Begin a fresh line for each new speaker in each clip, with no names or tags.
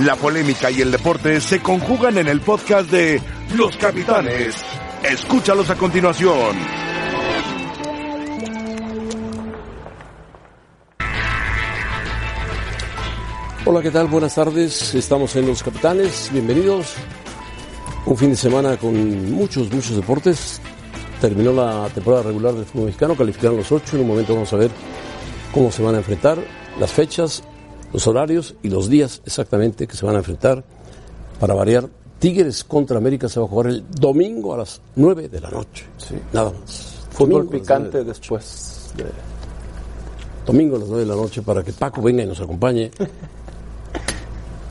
La polémica y el deporte se conjugan en el podcast de Los Capitanes. Escúchalos a continuación.
Hola, ¿qué tal? Buenas tardes. Estamos en Los Capitanes. Bienvenidos. Un fin de semana con muchos, muchos deportes. Terminó la temporada regular del fútbol mexicano, calificaron los ocho. En un momento vamos a ver cómo se van a enfrentar, las fechas, los horarios y los días exactamente que se van a enfrentar. Para variar, Tigres contra América se va a jugar el domingo a las 9 de la noche. Nada más.
Fútbol
Domingo a las nueve
picante después. de-
domingo a las 9 de la noche para que Paco venga y nos acompañe.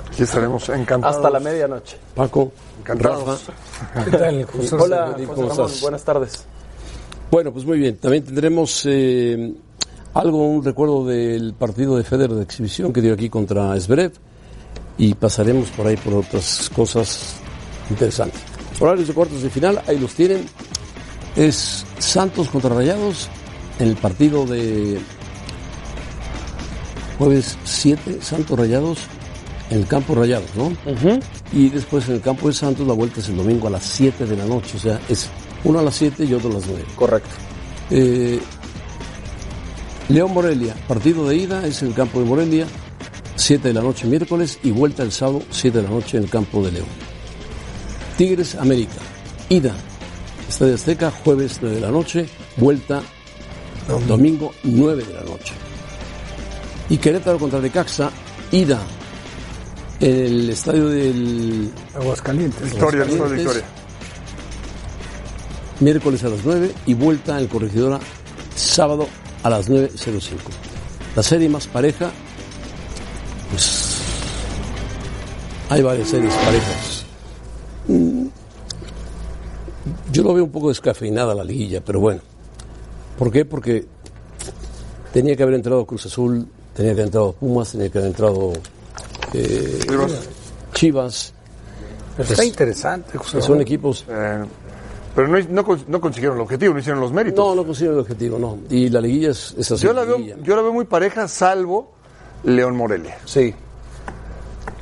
Aquí estaremos encantados.
Hasta la medianoche.
Paco,
Encantados.
Rafa.
¿Qué tal, José?
Hola,
Ramón,
José Ramón,
estás?
buenas tardes.
Bueno, pues muy bien. También tendremos eh, algo, un recuerdo del partido de Federer de exhibición que dio aquí contra Esbrev y pasaremos por ahí por otras cosas interesantes. Horarios de cuartos de final, ahí los tienen. Es Santos contra Rayados en el partido de jueves 7, Santos Rayados en el campo Rayados, ¿no? Y después en el campo de Santos la vuelta es el domingo a las 7 de la noche, o sea, es uno a las 7 y otro a las 9.
Correcto.
Eh, León Morelia, partido de ida es en el campo de Morelia, 7 de la noche miércoles y vuelta el sábado, 7 de la noche en el campo de León. Tigres América, ida, Estadio Azteca, jueves 9 de la noche, vuelta domingo 9 de la noche. Y Querétaro contra Necaxa, ida, en el estadio del
Aguascalientes.
Victoria, esto es
Aguascalientes.
victoria.
miércoles a las 9 y vuelta en Corregidora sábado a las 9.05. La serie más pareja, pues hay varias series parejas. Mm, Yo lo veo un poco descafeinada la liguilla, pero bueno. ¿Por qué? Porque tenía que haber entrado Cruz Azul, tenía que haber entrado Pumas, tenía que haber entrado eh,
Chivas.
Chivas.
Está interesante, José.
que Son equipos
Eh, pero no, no, cons- no consiguieron el objetivo, no hicieron los méritos.
No, no considero el objetivo, no. Y la liguilla es, es así.
yo, la veo,
liguilla.
yo la veo muy pareja, salvo León Morelia.
Sí.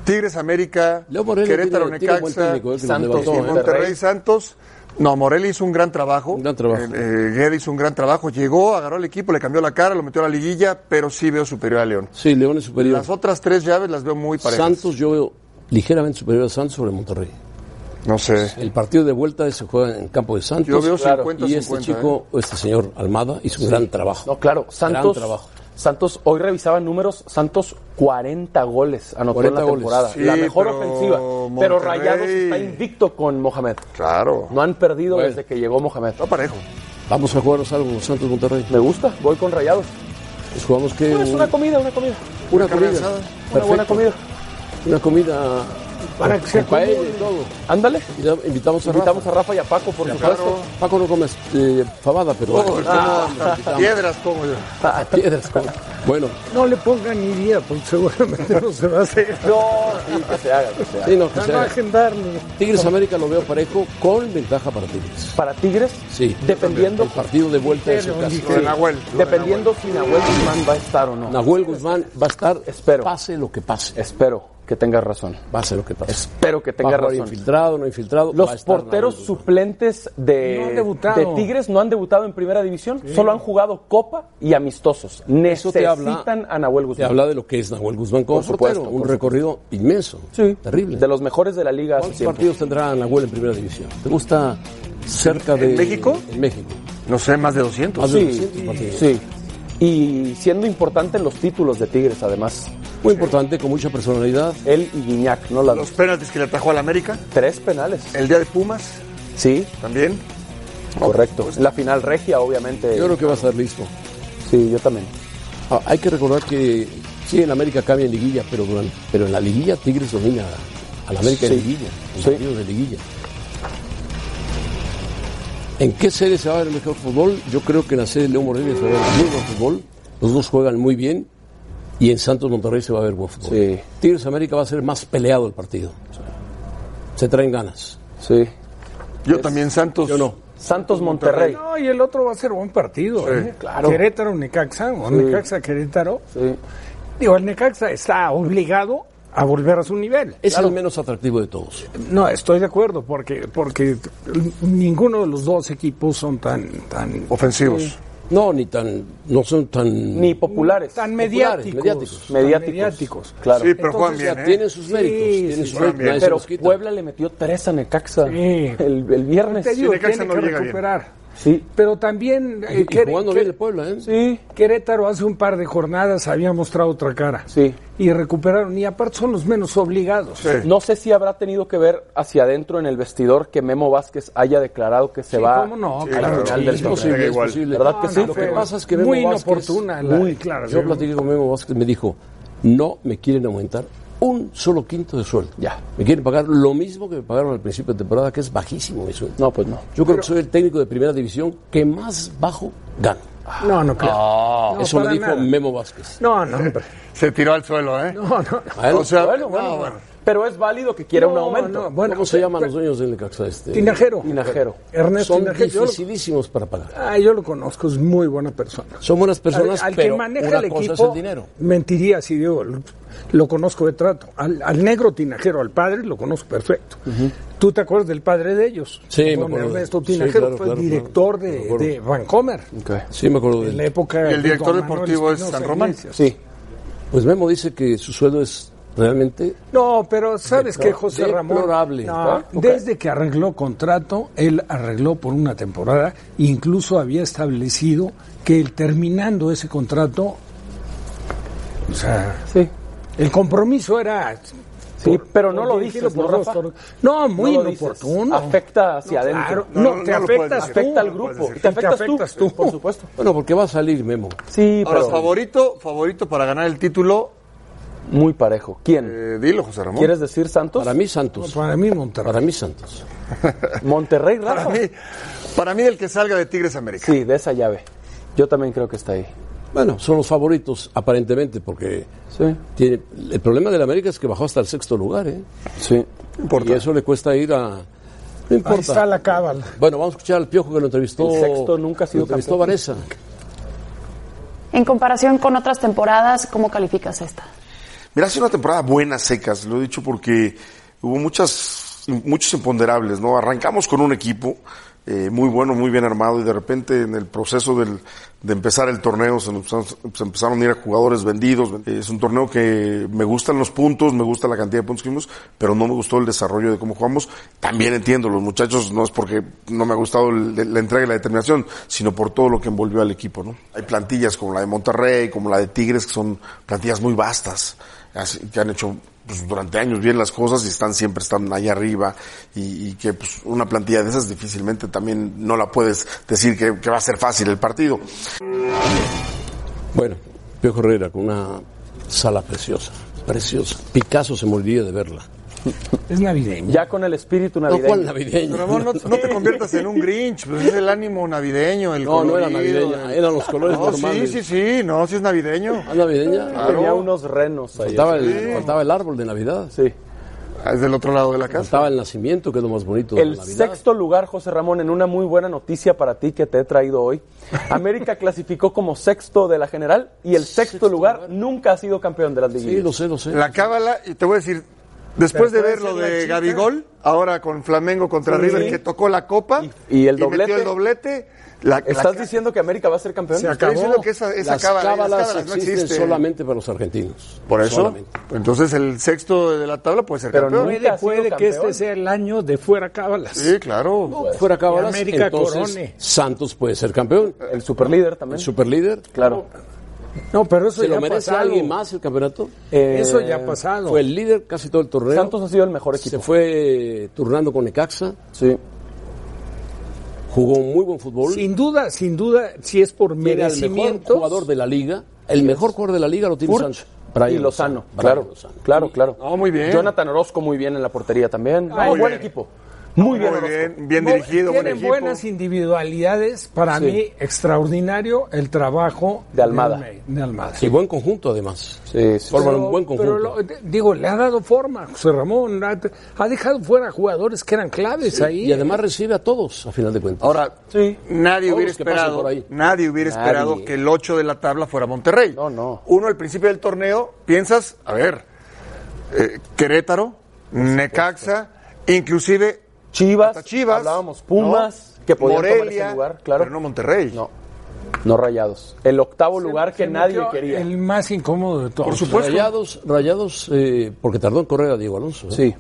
Tigres América,
Leo Moreno
Querétaro
tiene, tiene buen
Necaxa,
técnico, eh, que los
Santos,
levantó,
sí,
eh.
Monterrey.
Monterrey Santos. No, Morelia hizo un gran trabajo.
Un gran trabajo.
Eh, eh, Guede hizo un gran trabajo. Llegó, agarró al equipo, le cambió la cara, lo metió a la liguilla, pero sí veo superior a León.
Sí, León es superior.
Las otras tres llaves las veo muy parejas.
Santos yo veo ligeramente superior a Santos sobre Monterrey.
No sé.
El partido de vuelta se juega en el campo de Santos.
Yo veo ¿eh?
claro.
50-50.
y este chico, o este señor Almada, hizo un gran trabajo.
No, claro, Santos.
trabajo.
Santos, hoy revisaba números, Santos 40 goles anotó
40
en la
goles.
temporada.
Sí,
la mejor
pero
ofensiva. Pero
Monterrey-
Rayados está invicto con Mohamed.
¿eh? Claro.
No han perdido
Bueno.
desde que llegó Mohamed.
Está parejo.
Vamos a jugarnos algo con Santos Monterrey.
Me gusta, voy con Rayados.
Nos Pues jugamos que
Bueno, es Pues una comida, una comida.
una
carne
comida.
asada.
Una buena
Perfecto.
comida.
Una comida
Para que sea
con paella y
común.
todo.
Ándale.
Y ya invitamos a
Invitamos
Rafa.
a Rafa y a Paco, por supuesto. Oh,
Paco no comes eh, fabada,
Oh,
pero
ah, Piedras, como yo.
Ah, piedras. como- Bueno,
No le pongan ni día, porque seguramente no se va a hacer.
No, sí, que se haga, que se haga.
sí, no, pues, que
Para
se
no
haga.
agendarle.
Tigres América lo veo parejo con ventaja para Tigres.
Para Tigres,
Sí.
dependiendo,
El partido de vuelta es su casa.
Lo de Nahuel. lo de
dependiendo si Nahuel Guzmán va a estar o no.
Nahuel Guzmán va a estar,
Espero.
pase lo que pase.
Espero que tengas razón.
Pase lo que pase.
Espero que
Va a
tengas
jugar
razón.
infiltrado, no infiltrado. va a
Los
estar
porteros
Nahuel Guzmán.
suplentes
No han
de,
debutado.
de Tigres no han debutado en primera división, solo han jugado Copa y amistosos.
Eso te habla-
Necesitan a Nahuel
Te
Guzmán.
habla de lo que es Nahuel Guzmán como
Por supuesto,
portero. Un
por
recorrido inmenso.
Sí.
Terrible.
De los mejores de la liga hace
¿Cuántos
tiempo.
partidos tendrá Nahuel en primera división? ¿Te gusta cerca de.
en México?
En México.
No sé, más de 200.
Más de
Sí,
200 partidos.
sí. Y siendo importante en los títulos de Tigres, además.
Muy importante, con mucha personalidad.
Él y Guiñac, ¿no? Las
Los penaltis que le atajó al América.
tres penales.
El día de Pumas,
Sí,
también.
correcto. La final regia, obviamente.
Yo creo que va a estar listo.
Sí, yo también.
Ah, hay que recordar que sí, en América cambia en liguilla, pero, durante- pero en la liguilla Tigres domina a la América
Sí.
en liguilla, en
Sí.
partidos de liguilla. ¿En qué serie se va a ver el mejor fútbol? Yo creo que en la serie de León Morelia se va a ver muy buen fútbol. Los dos juegan muy bien. Y en Santos Monterrey se va a ver buen fútbol.
Sí.
Tigres América va a ser más peleado el partido. Se traen ganas.
Sí.
Yo también, Santos.
Yo no.
Santos Monterrey.
No, y el otro va a ser buen partido. ¿eh?
claro.
Querétaro, Necaxa, o Necaxa, Querétaro.
Sí.
Digo, el Necaxa está obligado a volver a su nivel.
Es el menos atractivo de todos.
No, estoy de acuerdo, porque, porque ninguno de los dos equipos son tan, tan,
Ofensivos.
No, ni tan. No son tan.
Ni populares.
tan
populares,
mediáticos.
mediáticos.
tan
Mediáticos.
mediáticos.
Claro.
Sí, pero juegan
Entonces,
bien,
ya
¿eh?
tienen sus méritos.
Sí,
tienen
sí,
sus méritos.
juegan bien.
nadie se
Pero
los quita.
Puebla le metió tres a Necaxa
Sí.
el, el viernes.
Te digo,
Necaxa
tiene
no
que
llega bien.
recuperar.
Sí.
Pero también eh,
Y
Quere-
jugando
Quere-
bien el Puebla, ¿eh?
Sí,
Querétaro hace un par de jornadas había mostrado otra cara.
sí.
Y recuperaron. Y aparte son los menos obligados.
Sí.
No sé si habrá tenido que ver hacia adentro en el vestidor que Memo Vázquez haya declarado que se
Sí,
va
¿cómo no?
al
Claro,
Al
final
sí,
del
del
es
torneo.
posible,
Pega
es
igual.
posible. Ah,
¿Verdad que sí?
Lo que
fue
pasa es que Memo
muy
Vázquez-
inoportuna la
muy-
declaración.
Yo platiqué con Memo Vázquez, me dijo, no me quieren aumentar un solo quinto de sueldo.
Ya.
Me quieren pagar lo mismo que me pagaron al principio de temporada, que es bajísimo mi sueldo.
No, pues no.
Yo creo que soy el técnico de primera división que más bajo gana.
No, no creo. No,
Ah. Eso me
para
dijo
nada.
Memo Vázquez.
No, no, hombre.
Se tiró al suelo, ¿eh?
No, no, no.
A él,
O sea,
Bueno, bueno,
no,
bueno. Pero es válido que quiera un
No,
aumento.
no, bueno,
¿Cómo se
pero-
llaman los dueños del Necaxa? Este?
Tinajero.
Tinajero.
Ernesto
Son
Tinajero. Yo lo,
dificilísimos para pagar.
Ah, yo lo conozco, es muy buena persona.
Son buenas personas,
al, al
pero
que maneja
una
el
cosa
equipo,
es el dinero.
mentiría si digo, lo, lo conozco de trato. Al, al negro tinajero, al padre, lo conozco perfecto. ¿Tú te acuerdas del padre de ellos?
Sí, me
Don
acuerdo de-
Ernesto
sí,
Tinajero
claro,
fue el
claro,
director
claro, me
de,
acuerdo.
de Vancomer.
Sí, me acuerdo de
En
él.
la época
Y el
de
director
don
deportivo
Manuel
es
Espinosa
San Román.
Iglesias.
Sí.
Pues Memo dice que su sueldo es realmente
No, pero ¿sabes qué, José
Deplorable.
Ramón? No,
Ok.
Desde que arregló contrato, él arregló por una temporada, incluso había establecido que el terminando ese contrato, o sea,
Sí.
el compromiso era...
Sí, pero no lo
dirigirlo
dices, ¿no,
por dos
Rafa?
torneos. No, muy
No lo dices.
inoportuno.
Afecta hacia adentro.
claro. No,
No, no,
te
no lo puedes
afectas
decir.
tú.
Afecta al
No puedes
grupo.
decir.
Te afectas,
Te afectas tú.
Por supuesto.
Bueno, porque va a salir Memo.
Sí,
Ahora,
pero
favorito, favorito para ganar el título,
muy parejo. ¿Quién?
eh, dilo, José Ramón.
¿Quieres decir Santos?
Para mí Santos.
Para mí, Monterrey.
Para mí Santos.
Monterrey, Rafa.
Para mí, para mí el que salga de Tigres América.
Sí, de esa llave. Yo también creo que está ahí.
Bueno, son los favoritos aparentemente porque
Sí.
tiene el problema del América es que bajó hasta el sexto lugar, ¿eh?
Sí.
No importa.
Y eso le cuesta ir a no
Ahí está
importa.
la cábala.
Bueno, vamos a escuchar al Piojo que lo entrevistó.
El sexto nunca ha sido
lo entrevistó
campeón.
Vanessa.
En comparación con otras temporadas, ¿cómo calificas esta?
Mira, ha sido una temporada buena, secas, lo he dicho porque hubo muchas, muchos imponderables, ¿no? Arrancamos con un equipo eh, muy bueno, muy bien armado y de repente en el proceso del- de empezar el torneo se, nos- se empezaron a ir a jugadores vendidos. Es un torneo que me gustan los puntos, me gusta la cantidad de puntos que hicimos, pero no me gustó el desarrollo de cómo jugamos. También entiendo, los muchachos no es porque no me ha gustado el- la entrega y la determinación, sino por todo lo que envolvió al equipo, ¿no? Hay plantillas como la de Monterrey, como la de Tigres, que son plantillas muy vastas así- que han hecho pues, durante años bien las cosas y están siempre están ahí arriba y, y que pues, una plantilla de esas difícilmente también no la puedes decir que, que va a ser fácil el partido.
Bueno, Piojo Herrera con una sala preciosa, preciosa. Picasso se moriría de verla.
Es navideño.
Ya con el espíritu
No,
navideño.
¿cuál navideño?
Pero, Ramón, no, no te conviertas en un Grinch, pues es el ánimo navideño, el
No, no era
colorido,
navideña,
el-
eran los colores
No,
normales.
sí, sí, sí, no, sí es navideño.
¿Ah, navideña?
Tenía unos renos ahí.
Faltaba el, faltaba el árbol de Navidad.
Sí.
Ah, Es del otro lado de la casa.
Faltaba el nacimiento, que es lo más bonito de
El
la Navidad.
sexto lugar, José Ramón, en una muy buena noticia para ti que te he traído hoy. América clasificó como sexto de la general y el sexto, lugar, nunca ha sido campeón de las liguillas.
Sí, lo sé, lo sé.
La cábala, y te voy a decir, después de
puede
ver lo
ser la
de
chica.
Gabigol, ahora con Flamengo contra River, que tocó la copa
Y- y el doblete.
metió el doblete, la,
¿Estás
la-
diciendo que América va a ser campeón?
Se
Estoy
acabó.
diciendo que esa, esa
las
cábala,
cábalas
las cábalas no
existen
existen.
solamente para los argentinos.
Por eso,
Solamente.
entonces el sexto de la tabla puede ser
Pero
campeón.
no-
Puede,
ha sido
puede que
campeón.
este sea el año de fuera cábalas.
Sí, claro.
Fuera cábalas,
Y América
entonces
corone.
Santos puede ser campeón.
El superlíder también.
El superlíder.
Claro.
No, pero eso
¿Se
ya
lo
ha
merece
pasado.
alguien más el campeonato?
Eh,
Eso ya ha pasado.
Fue el líder casi todo el torneo.
Santos ha sido el mejor
se
equipo.
fue turnando con Necaxa,
Sí.
jugó un muy buen fútbol.
Sin duda, sin duda, si es por
tiene al mejor
merecimiento.
jugador de la liga, el mejor jugador de la liga lo tiene
Furch
Sancho.
y
Brian
Lozano,
Brian
claro,
Lozano.
claro, claro.
No, Ah, muy bien.
Jonathan Orozco muy bien en la portería también.
Ah,
No,
muy
buen
bien.
equipo. Muy bien,
Muy
Orozco.
bien, bien dirigido, buen
Tienen
equipo.
buenas individualidades. Para
Sí.
mí, extraordinario el trabajo
De Almada.
Alme- De Almada.
Y buen conjunto, además.
Sí, sí,
Forman
Pero-
un buen conjunto.
Pero, lo- de- digo, le ha dado forma, José Ramón. Ha, ha dejado fuera jugadores que eran claves ahí.
Y además recibe a todos, a final de cuentas.
Ahora,
Sí.
nadie
Todos
hubiera
los que pasan
esperado,
por ahí.
nadie hubiera
Nadie.
esperado que el 8 de la tabla fuera Monterrey.
No, no.
Uno al principio del torneo piensas, a ver, eh, Querétaro, Necaxa, inclusive hasta
Chivas,
Chivas,
hablábamos Pumas,
¿no?
que podían tomar
Morelia,
ese lugar, claro.
pero no Monterrey.
No, no rayados. El octavo lugar que nadie quería.
El más incómodo de todos.
Por supuesto.
Rayados, rayados eh, porque tardó en correr a Diego Alonso. ¿eh?
Sí,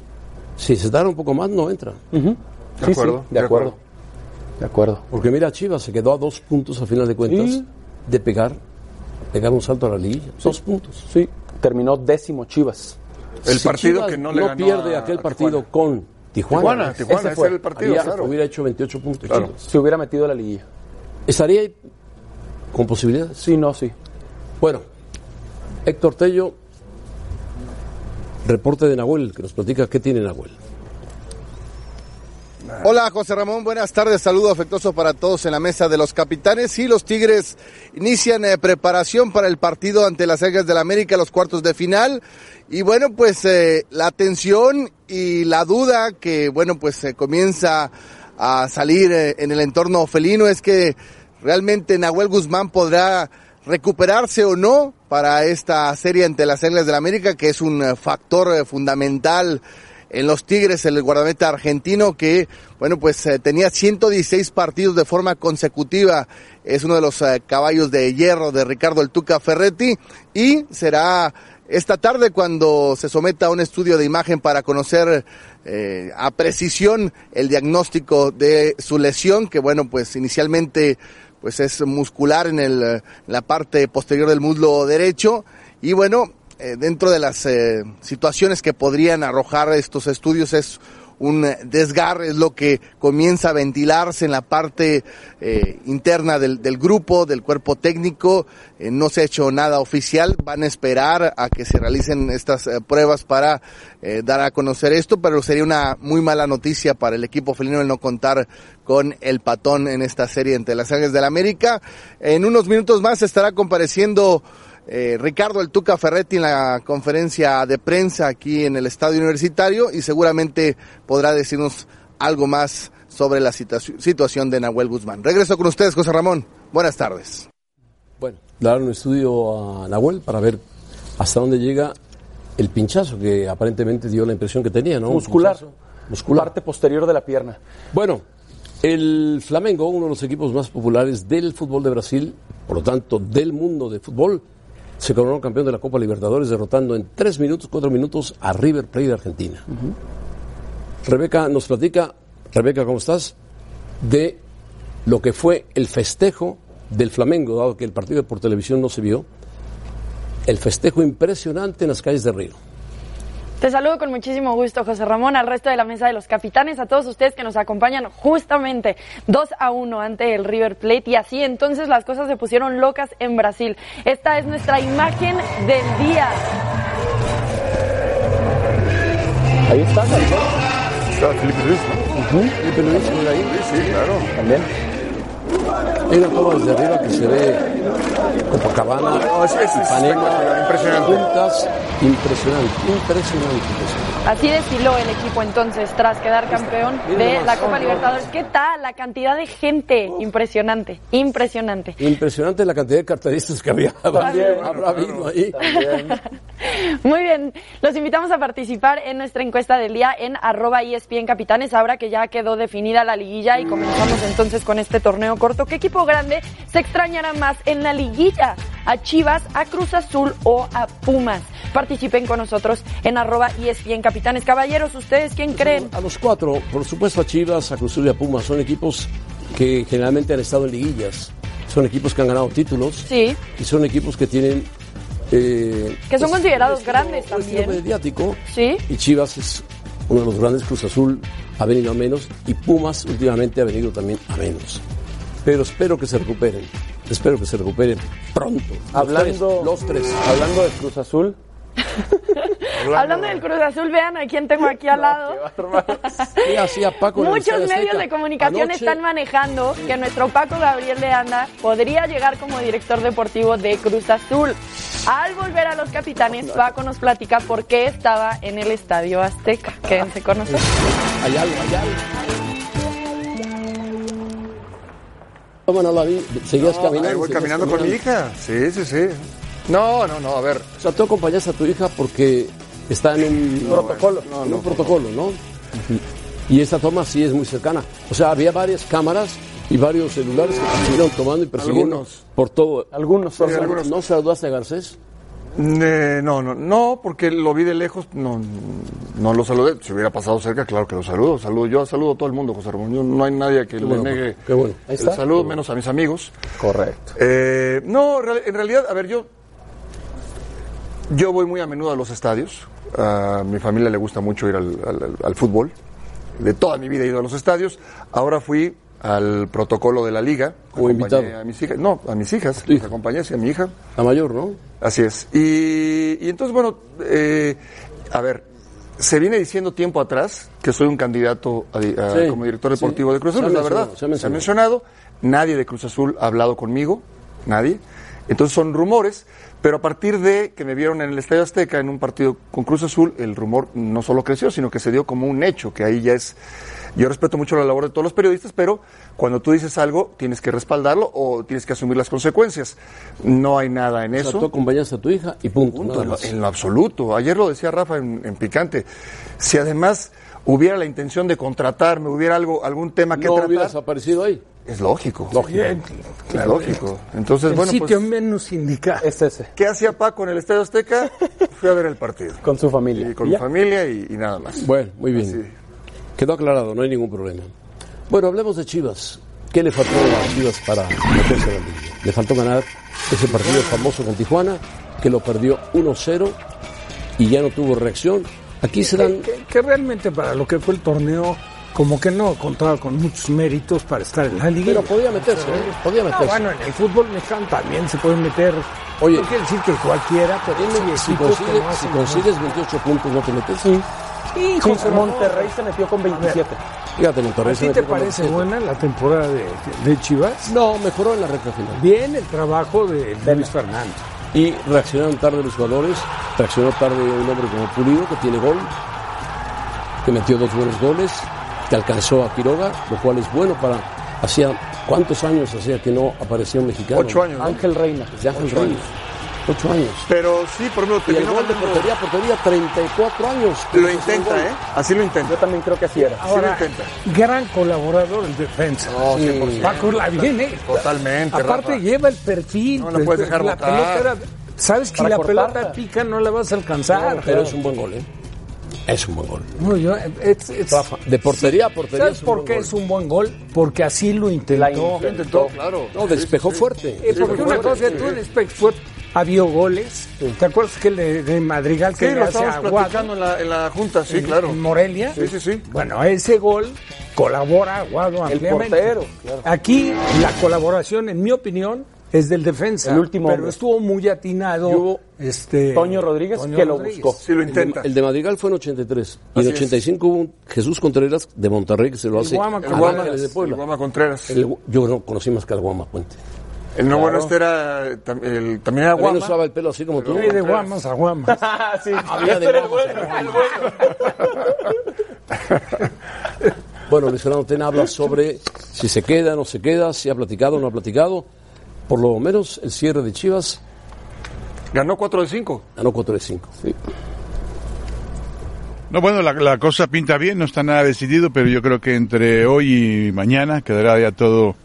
Si se tarda un poco más, no entra.
De
Sí, sí,
acuerdo,
de
de
acuerdo.
acuerdo.
De acuerdo.
Porque mira, Chivas se quedó a dos puntos a final de cuentas
Sí.
de pegar, pegar un salto a la liguilla. Dos puntos.
Sí, terminó décimo Chivas.
El
Si
partido
Chivas
que no le ganó
pierde
a-
aquel
a
partido con Tijuana.
Tijuana, Tijuana, ese
fue.
era el partido,
Haría-
claro.
Hubiera hecho 28 puntos.
Claro.
Chivas.
Se hubiera metido a la liguilla.
Estaría ahí con posibilidades.
Sí, no, sí.
Bueno, Héctor Tello, reporte de Nahuel, que nos platica qué tiene Nahuel.
Hola José Ramón, buenas tardes, saludo afectuoso para todos en la mesa de los capitanes y los Tigres inician eh, preparación para el partido ante las Águilas del América, los cuartos de final y bueno pues eh, la tensión y la duda que bueno pues eh, comienza a salir eh, en el entorno felino es que realmente Nahuel Guzmán podrá recuperarse o no para esta serie ante las Águilas del América que es un eh, factor eh, fundamental en los Tigres, el guardameta argentino que, bueno, pues eh, tenía 116 partidos de forma consecutiva. Es uno de los eh, caballos de hierro de Ricardo El Tuca Ferretti y será esta tarde cuando se someta a un estudio de imagen para conocer eh, a precisión el diagnóstico de su lesión, que bueno, pues inicialmente pues es muscular en, el, eh, la parte posterior del muslo derecho y bueno, eh, dentro de las eh, situaciones que podrían arrojar estos estudios es un eh, desgarre, es lo que comienza a ventilarse en la parte eh, interna del, del grupo, del cuerpo técnico. Eh, no se ha hecho nada oficial, van a esperar a que se realicen estas eh, pruebas para eh, dar a conocer esto, pero sería una muy mala noticia para el equipo felino el no contar con el patón en esta serie entre las Águilas del América. En unos minutos más estará compareciendo eh, Ricardo El Tuca Ferretti en la conferencia de prensa aquí en el Estadio Universitario y seguramente podrá decirnos algo más sobre la situa- situación de Nahuel Guzmán. Regreso con ustedes, José Ramón. Buenas tardes.
Bueno, le darán un estudio a Nahuel para ver hasta dónde llega el pinchazo que aparentemente dio la impresión que tenía, ¿no? Un
Muscular.
pinchazo Muscular.
Parte posterior de la pierna.
Bueno, el Flamengo, uno de los equipos más populares del fútbol de Brasil, por lo tanto del mundo de fútbol, se coronó campeón de la Copa Libertadores derrotando en 3 minutos, 4 minutos a River Plate de Argentina. Rebeca nos platica, Rebeca, ¿cómo estás? De lo que fue el festejo del Flamengo, dado que el partido por televisión no se vio, el festejo impresionante en las calles de Río.
Te saludo con muchísimo gusto, José Ramón, al resto de la mesa de los capitanes, a todos ustedes que nos acompañan justamente 2 a 1 ante el River Plate y así entonces las cosas se pusieron locas en Brasil. Esta es nuestra imagen del día.
Ahí está, Salcedo,
Estaba Felipe Luis, ¿no?
Felipe Luis, mira ahí.
Sí, claro.
también.
Hay una toma desde arriba que se ve Copacabana,
No, es- es espectacular,
Ipanema,
impresionante.
juntas, impresionante, impresionante. impresionante.
Así desfiló el equipo entonces tras quedar campeón de la Copa Libertadores. ¿Qué tal? La cantidad de gente, impresionante, impresionante.
Impresionante la cantidad de carteristas que había,
También.
habrá habido ahí.
Muy bien, los invitamos a participar en nuestra encuesta del día en arroba E ESPN Capitanes, ahora que ya quedó definida la liguilla y comenzamos entonces con este torneo corto. ¿Qué equipo grande se extrañará más en la liguilla? ¿A Chivas, a Cruz Azul o a Pumas? Participen con nosotros en arroba E ESPN Capitanes. Caballeros, ¿ustedes quién creen?
A los cuatro, por supuesto a Chivas, a Cruz Azul y a Pumas, son equipos que generalmente han estado en liguillas, son equipos que han ganado títulos
Sí.
y son equipos que tienen... eh,
Que son considerados
un estilo-
grandes
un estilo
también.
mediático.
Sí.
Y Chivas es uno de los grandes, Cruz Azul ha venido a menos y Pumas últimamente ha venido también a menos. Pero espero que se recuperen, espero que se recuperen pronto. Los
Hablando,
tres, los tres.
Hablando de Cruz Azul,
Hablando del Cruz Azul, vean a quién tengo aquí al lado.
¿Qué hacía Paco en el
Muchos
Estadio
medios
Azteca?
de comunicación
Anoche,
están manejando que nuestro Paco Gabriel de Anda podría llegar como director deportivo de Cruz Azul. Al volver a los capitanes, Paco nos platica por qué estaba en el Estadio Azteca. Quédense con nosotros.
Hay algo, hay algo. ¿Cómo no la vi? Seguías caminando.
Ahí voy
seguías
caminando con mi hija. Sí, sí, sí. No, no, no, a ver.
O sea, tú acompañas a tu hija porque está en un
Protocolo.
en un protocolo, ¿no? Y esta toma sí es muy cercana. O sea, había varias cámaras y varios celulares que se estuvieron tomando y persiguiendo
Algunos.
por todo.
Algunos
Sí, algunos.
¿No saludaste a Garcés?
Eh, no, no, no, porque lo vi de lejos, no, no lo saludé. Si hubiera pasado cerca, claro que lo saludo. Saludo yo, saludo a todo el mundo, José Ramón. Yo- no hay nadie que le
bueno,
negue
qué bueno. Ahí
el
está.
saludo, menos a mis amigos.
Correcto.
Eh, no, real- en realidad, a ver, yo, yo voy muy a menudo a los estadios. A mi familia le gusta mucho ir al, al- al- al fútbol. De toda mi vida he ido a los estadios. Ahora fui al protocolo de la liga.
Como
Acompañé
invitado.
A mis hijas. No, a mis hijas.
Tu hija.
Las acompañé, sí, a mi hija.
La mayor, ¿no?
Así es. Y, y entonces, bueno, eh, a ver, se viene diciendo tiempo atrás que soy un candidato a di- a-
Sí,
como director
sí.
deportivo de Cruz
Se
Azul,
ha
la
mencionado,
verdad.
se ha mencionado.
Nadie de Cruz Azul ha hablado conmigo, nadie. Entonces son rumores, pero a partir de que me vieron en el Estadio Azteca en un partido con Cruz Azul, el rumor no solo creció, sino que se dio como un hecho, que ahí ya es... Yo respeto mucho la labor de todos los periodistas, pero cuando tú dices algo, tienes que respaldarlo o tienes que asumir las consecuencias. No hay nada en
O sea,
eso.
tú acompañaste a tu hija y punto.
Punto,
nada
en, lo,
más.
en lo absoluto. Ayer lo decía Rafa en, en Picante. Si además hubiera la intención de contratarme, hubiera algo, algún tema que
no hubieras
tratar,
aparecido ahí.
es lógico.
Bien,
Claro, lógico. Entonces,
el
bueno,
sitio
pues,
menos indicado.
Es ese,
¿qué hacía Paco en el Estadio Azteca? Fui a ver el partido.
con su familia.
Y con
Y
mi
ya.
familia y, y nada más.
Bueno, muy bien. Quedó aclarado, no hay ningún problema. Bueno, hablemos de Chivas. ¿Qué le faltó a Chivas para meterse en la liga? Le faltó ganar ese partido famoso con Tijuana, que lo perdió 1-0 y ya no tuvo reacción. Aquí se dan...
Que, que realmente para lo que fue el torneo, como que no contaba con muchos méritos para estar en la liga.
Pero podía meterse, ¿eh? podía
No,
meterse.
bueno, en el fútbol mexicano también se pueden meter.
Oye.
no quiere decir que cualquiera, pero
Tiene-
sí
si,
equipos que
consigues,
no
si
hacen-
consigues 28 puntos, no te metes.
Sí,
Sí,
José Ramón,
Monterrey se metió con 27.
Fíjate, Monterrey
¿A
se
ti te
metió con
parece
27.
buena la temporada de, de Chivas?
No, mejoró en la recta final.
Bien el trabajo de Luis Fernández.
y reaccionaron tarde los jugadores, reaccionó tarde un hombre como Pulido que tiene gol, que metió dos buenos goles, que alcanzó a Quiroga, lo cual es bueno para hacía cuántos años hacía que no aparecía un mexicano.
Ocho años. ¿no?
Ángel Reina.
Pues
Desde Ángel Reyes. Ocho años.
Pero sí, por ejemplo,
Y el
terminó
gol de
ganando-
portería, portería, 34 años.
Lo intenta, ¿eh? Así lo
Yo
intenta.
también creo que así era.
Ahora,
intenta.
gran colaborador en defensa.
Sí.
Paco la viene.
Totalmente,
Aparte
Rafa.
lleva el perfil.
No la puedes dejar
la
botar.
pelota era- Sabes que
Para
la
cortarla.
pelota pica, no la vas a alcanzar.
Pero es un buen gol, ¿eh? Es un buen gol.
No, yo- es- es-
Rafa, de portería a portería
¿Sabes
es un
por
buen
qué
gol.
es un buen gol? Porque así lo
La
intentó.
Intentó, claro.
No, despejó
Eh,
fuerte.
porque una cosa que tú en Spex fue había goles. ¿Te acuerdas que le, de Madrigal que
Sí,
le
lo
hace a
estábamos
Aguado
platicando en la, en la junta, sí,
en-
claro.
en Morelia?
Sí, sí, sí.
Bueno, ese gol colabora a Aguado ampliamente.
portero, claro.
Aquí la colaboración, en mi opinión, es del defensa.
El último
Pero
hombre.
estuvo muy atinado.
Y hubo
este,
Toño Rodríguez, que lo buscó.
Sí lo intenta.
El de Madrigal fue en 83. Y en 85 hubo un Jesús Contreras de Monterrey que se lo hace.
Guama
a
El Guama,
Álvarez de
el
Puebla.
Guama Contreras.
El gu- yo no conocí más que al Guama Puente.
El no bueno este era eh, tam- el, también
También
era guama.
usaba el pelo así como tú.
Fue de Guamas a Guamas.
Ah, sí.
Había
Este
de
era el
vamos,
bueno,
de
el bueno.
Bueno, Luis Fernando Tena habla sobre si se queda, no se queda, si ha platicado, no ha platicado. Por lo menos el cierre de Chivas
Ganó 4 de 5.
ganó 4 de 5.
No, bueno, la, la cosa pinta bien, no está nada decidido, pero yo creo que entre hoy y mañana quedará ya todo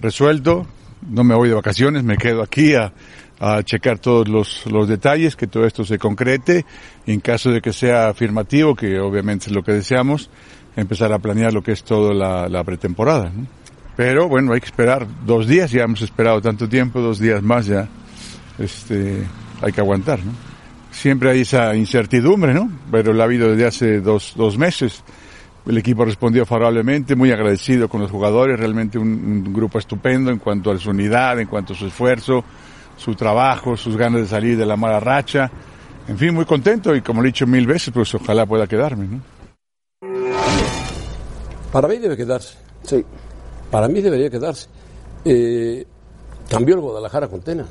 resuelto. No me voy de vacaciones, me quedo aquí a, a checar todos los, los detalles, que todo esto se concrete. Y en caso de que sea afirmativo, que obviamente es lo que deseamos, empezar a planear lo que es toda la, la pretemporada. ¿no? Pero bueno, hay que esperar dos días, ya hemos esperado tanto tiempo, dos días más ya. Este, hay que aguantar, ¿no? Siempre hay esa incertidumbre, ¿no? Pero la ha habido desde hace dos, dos meses. El equipo respondió favorablemente, muy agradecido con los jugadores, realmente un, un grupo estupendo en cuanto a su unidad, en cuanto a su esfuerzo, su trabajo, sus ganas de salir de la mala racha. En fin, muy contento y como lo he dicho mil veces, pues ojalá pueda quedarme, ¿no?
Para mí debe quedarse.
Sí.
Para mí debería quedarse. Eh, cambió el Guadalajara con Tena.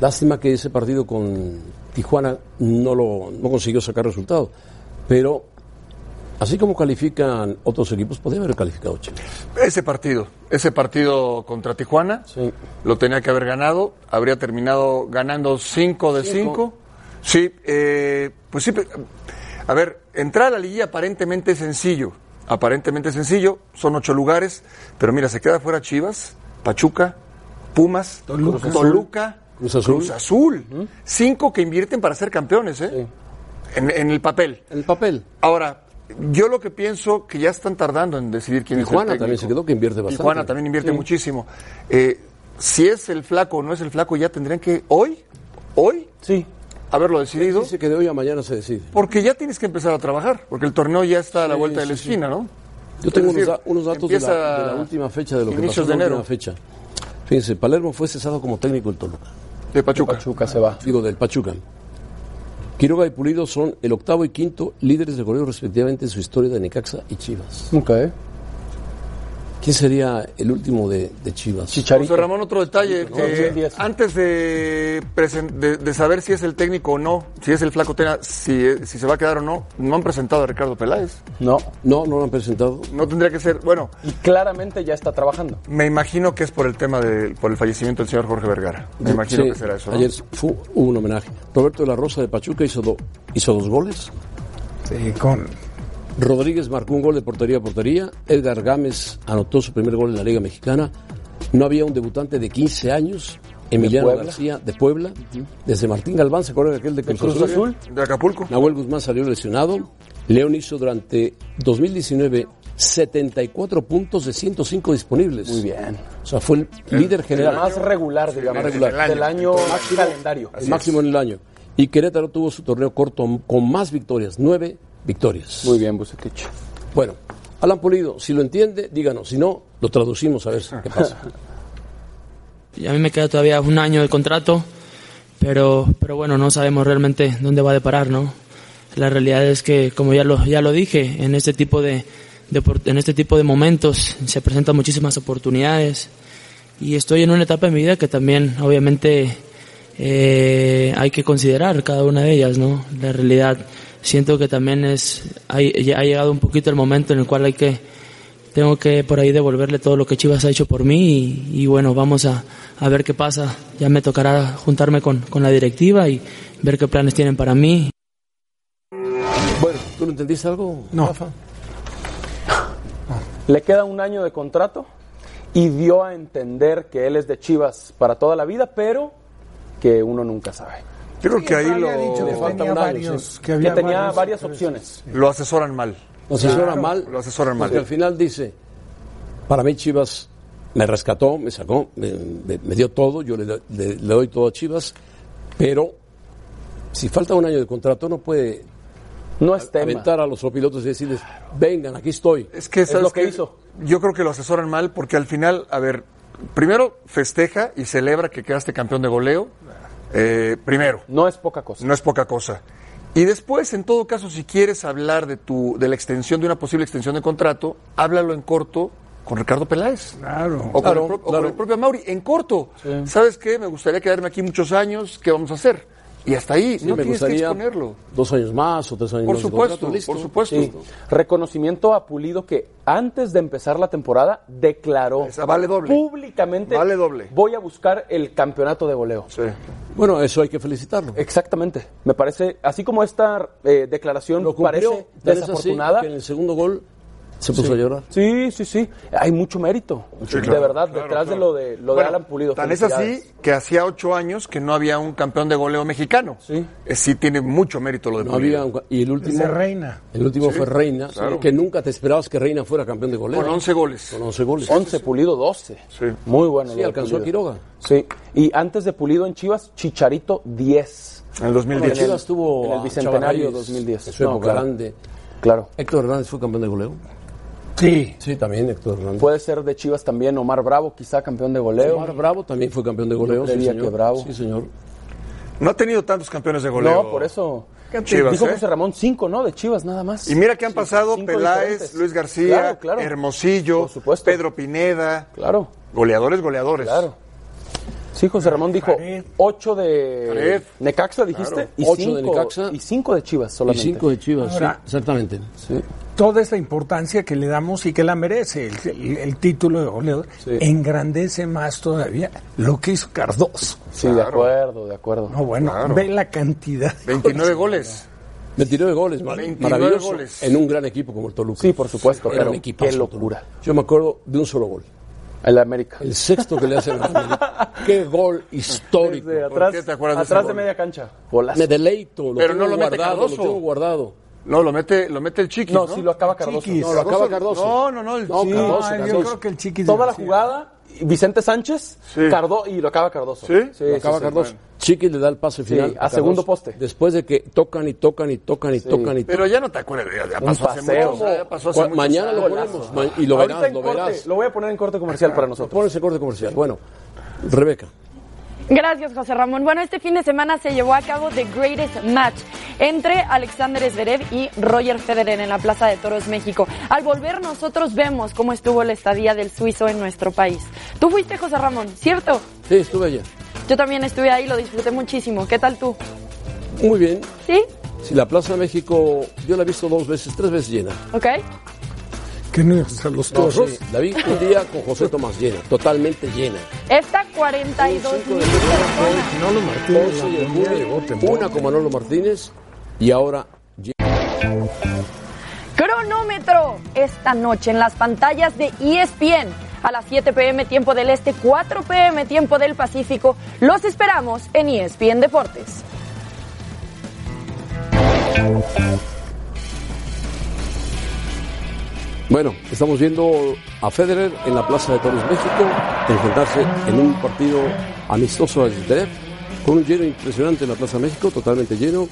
Lástima que ese partido con Tijuana no, lo, no consiguió sacar resultado. Pero así como califican otros equipos, podría haber calificado Chivas.
Ese partido, ese partido contra Tijuana,
Sí.
lo tenía que haber ganado. Habría terminado ganando 5 de 5. Sí, eh, pues sí. pe- A ver, entrar a la liguilla aparentemente es sencillo. Aparentemente es sencillo, son ocho lugares, pero mira, se queda fuera Chivas, Pachuca, Pumas,
Toluca.
Toluca, Toluca,
Cruz Azul.
Azul. Cinco que invierten para ser campeones, ¿eh? En, en el papel.
El papel.
Ahora, yo lo que pienso que ya están tardando en decidir quién es el
Tijuana
técnico.
también se quedó que invierte bastante.
Tijuana también invierte
Sí.
muchísimo. Eh, si es el flaco o no es el flaco, ya tendrían que hoy, hoy,
sí.
haberlo decidido.
Dice que de hoy a mañana se decide.
Porque ya tienes que empezar a trabajar, porque el torneo ya está a la
Sí,
vuelta de la
sí, sí.
esquina, ¿no?
Yo tengo unos,
Es decir,
da- unos datos de la- de
empieza
la, última fecha de lo que
inicios
pasó en
de
la
enero.
última fecha. Fíjense, Palermo fue cesado como técnico del Toluca.
De Pachuca.
Pachuca se va.
Digo, del Pachuca. Quiroga y Pulido son el octavo y quinto líderes de goleo respectivamente en su historia de Necaxa y Chivas.
Ok.
¿Quién sería el último de, de Chivas?
José Ramón, otro detalle.
No,
que
2010.
antes de, presen- de- de saber si es el técnico o no, si es el flaco Tena, si, si se va a quedar o no, no han presentado a Ricardo Peláez.
No.
No, no lo han presentado.
No tendría que ser. Bueno,
Y claramente ya está trabajando.
me imagino que es por el tema del por el fallecimiento del señor Jorge Vergara. Me imagino
Sí,
que será eso. ¿no?
Ayer fue- hubo un homenaje. Roberto de la Rosa de Pachuca hizo, do- hizo dos goles.
Sí, con
Rodríguez marcó un gol de portería a portería. Edgar Gámez anotó su primer gol en la Liga Mexicana. No había un debutante de 15 años, Emiliano
Puebla.
García, de Puebla. Desde Martín Galván, ¿se acuerdan de aquel de Cruz,
Cruz
Azul?
Azul.
De Acapulco.
Nahuel Guzmán salió lesionado. León hizo durante 2019 74 puntos de 105 disponibles.
Muy bien.
O sea, fue el líder
La
general.
más regular, digamos,
más regular.
del año calendario.
el máximo en el año. Y Querétaro tuvo su torneo corto con más victorias, nueve victorias.
Muy bien, Bucetich.
Bueno, Alan Pulido, si lo entiende, díganos. Si no, lo traducimos a ver qué pasa.
Y a mí me queda todavía un año de contrato, pero, pero bueno, no sabemos realmente dónde va a deparar, ¿no? La realidad es que, como ya lo, ya lo dije, en este tipo de, de opor- en este tipo de momentos se presentan muchísimas oportunidades y estoy en una etapa de mi vida que también, obviamente, eh, hay que considerar cada una de ellas, ¿no? La realidad siento que también es, hay- ya ha llegado un poquito el momento en el cual hay que tengo que por ahí devolverle todo lo que Chivas ha hecho por mí y, y bueno, vamos a, a ver qué pasa. Ya me tocará juntarme con, con la directiva y ver qué planes tienen para mí.
Bueno, ¿tú lo entendiste algo,
No.
Rafa?
Le queda un año de contrato y dio a entender que él es de Chivas para toda la vida, pero que uno nunca sabe.
Yo creo que ahí
había dicho
Le
que
lo,
falta
tenía
un año.
varios,
sí.
que había
tenía
varios
varias
intereses,
opciones.
lo asesoran mal.
Lo asesora mal.
Lo asesoran mal.
Porque al final dice, para mí Chivas me rescató, me sacó, me, me- me dio todo, yo le, do- le- le doy todo a Chivas, pero si falta un año de contrato no puede
No es tema.
aventar a los pilotos y decirles, vengan, aquí estoy.
Es que
Es lo
¿sabes
que
qué?
hizo.
Yo creo que lo asesoran mal porque al final, a ver, primero festeja y celebra que quedaste campeón de goleo. eh, primero,
No es poca cosa.
no es poca cosa. Y después, en todo caso, si quieres hablar de tu de la extensión de una posible extensión de contrato, háblalo en corto con Ricardo Peláez.
Claro.
O,
Claro,
con, el pro- o
claro.
con el propio Mauri, en corto. ¿Sabes qué? Me gustaría quedarme aquí muchos años, ¿qué vamos a hacer? Y hasta ahí,
Sí,
no
me
tienes que
gustaría
exponerlo.
dos años más o tres años
Por
más de
supuesto,
contrato, listo.
por supuesto.
Sí. Reconocimiento a Pulido que antes de empezar la temporada declaró
Esa vale doble.
públicamente
Vale doble.
voy a buscar el campeonato de voleo.
Bueno, eso hay que felicitarlo.
Exactamente. Me parece, así como esta eh, declaración
Lo cumplió,
parece
tan es así
desafortunada.
que en el segundo gol se puso a llorar.
Sí, sí, sí. Hay mucho mérito. de verdad, detrás de lo de, lo de
Bueno,
Alan Pulido.
Tan es
Felicidades.
así que hacía ocho años que no había un campeón de goleo mexicano.
Sí.
Eh, sí tiene mucho mérito lo de
No
Pulido.
había un- y el último
Desde Reina.
El último fue Reina, que nunca te esperabas que Reina fuera campeón de goleo.
Con 11 goles.
Con 11 goles.
11, Pulido 12.
Sí.
Muy bueno.
Sí,
lo de
alcanzó a
Pulido.
Quiroga.
Sí. Y antes de Pulido en Chivas, Chicharito 10.
En
Bueno,
el 2010.
Chivas tuvo
en el
a
bicentenario
Chavarreyes
2010.
En su
No,
época
claro.
grande.
Claro.
Héctor Hernández fue campeón de goleo.
Sí.
Sí, también Héctor Hernández.
Puede ser de Chivas también Omar Bravo, quizá campeón de goleo.
Omar Bravo también fue campeón de goleo. Sí,
creería
señor.
que Bravo.
Sí, señor.
No ha tenido tantos campeones de goleo.
no, por eso.
Chivas,
Dijo
¿eh?
José Ramón 5, ¿no? De Chivas nada más.
Y mira que han
Cinco-
pasado
cinco
Peláez,
diferentes.
Luis García,
Claro, claro.
Hermosillo,
Por supuesto.
Pedro Pineda.
Claro,
Goleadores, goleadores.
claro. Sí, José Ramón dijo
Jared.
8 de
Jared.
Necaxa, dijiste. Y
Ocho de
cinco-
Necaxa.
Y 5 de Chivas
Y
solamente.
cinco de Chivas,
Ahora-
sí, exactamente. Sí.
toda esta importancia que le damos y que la merece. El, el- el título de goleador engrandece más todavía lo que hizo Cardoso.
Sí, de acuerdo, de acuerdo.
No, bueno, ve la cantidad.
29 goles.
29 goles, ma-
29
maravilloso.
goles.
En un gran equipo como el Toluca.
Sí, por supuesto,
Era
pero
un equipazo,
qué locura.
Toluca. Yo me acuerdo de un solo gol.
El América.
El sexto que le hacen al América. Qué gol histórico.
Desde atrás, atrás de media cancha. Golazo.
Me deleito. Lo
Pero
tengo
no lo mete
guardado,
Cardoso.
Lo tengo guardado.
No, lo mete, lo mete el Chiquis.
No, sí lo acaba Cardoso.
Chiquis. No, lo acaba Cardoso.
No, no, no, el
No,
Chiquis.
Cardoso,
Ay, yo
Cardoso.
creo que el Chiquis
Toda la
García.
jugada, y Vicente Sánchez,
Sí.
Cardo y lo acaba Cardoso.
Lo acaba
sí,
Cardoso.
bueno.
Chiqui le da el pase
Sí,
final.
a segundo poste.
Después de que tocan y tocan y tocan y tocan y
Pero
tocan.
ya no te acuerdas, ya, ya
Un
pasó hace
paseo.
mucho, ya pasó hace
Cua-
muchos
mañana lo
años.
ponemos, ma- y lo
Ahorita
verás,
en
lo
corte,
verás.
Lo voy a poner en corte comercial para nosotros.
Pones el corte comercial. Bueno, Rebeca.
Gracias, José Ramón. Bueno, este fin de semana se llevó a cabo The Greatest Match entre Alexander Zverev y Roger Federer en la Plaza de Toros, México. Al volver, nosotros vemos cómo estuvo la estadía del suizo en nuestro país. Tú fuiste, José Ramón, ¿cierto?
Sí, estuve ayer.
Yo también estuve ahí, lo disfruté muchísimo. ¿Qué tal tú?
Muy bien.
¿Sí?
Si la Plaza de México, yo la he visto dos veces, tres veces llena.
¿Ok?
Que no ibas a los
No,
toros.
sí, la vi un día con José Tomás llena, totalmente llena.
Esta 42 mil personas.
Manolo Martínez, una con Manolo Martínez y ahora
Cronómetro esta noche en las pantallas de E ESPN. A las 7 pm tiempo del Este, 4 pm tiempo del Pacífico. Los esperamos en E ESPN Deportes.
Bueno, estamos viendo a Federer en la Plaza de Toros México enfrentarse en un partido amistoso al Zverev con un lleno impresionante en la Plaza México, totalmente lleno.